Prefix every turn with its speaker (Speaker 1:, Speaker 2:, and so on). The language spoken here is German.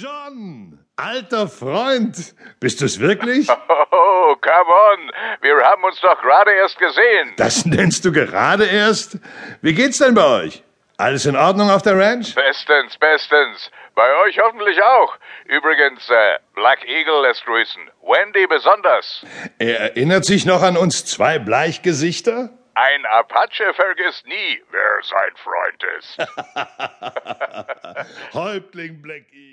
Speaker 1: John, alter Freund, bist du's wirklich?
Speaker 2: Oh, come on, wir haben uns doch gerade erst gesehen.
Speaker 1: Das nennst du gerade erst? Wie geht's denn bei euch? Alles in Ordnung auf der Ranch?
Speaker 2: Bestens, bestens. Bei euch hoffentlich auch. Übrigens, äh, Black Eagle lässt grüßen. Wendy besonders.
Speaker 1: Er erinnert sich noch an uns zwei Bleichgesichter?
Speaker 2: Ein Apache vergisst nie, wer sein Freund ist.
Speaker 1: Häuptling Black Eagle.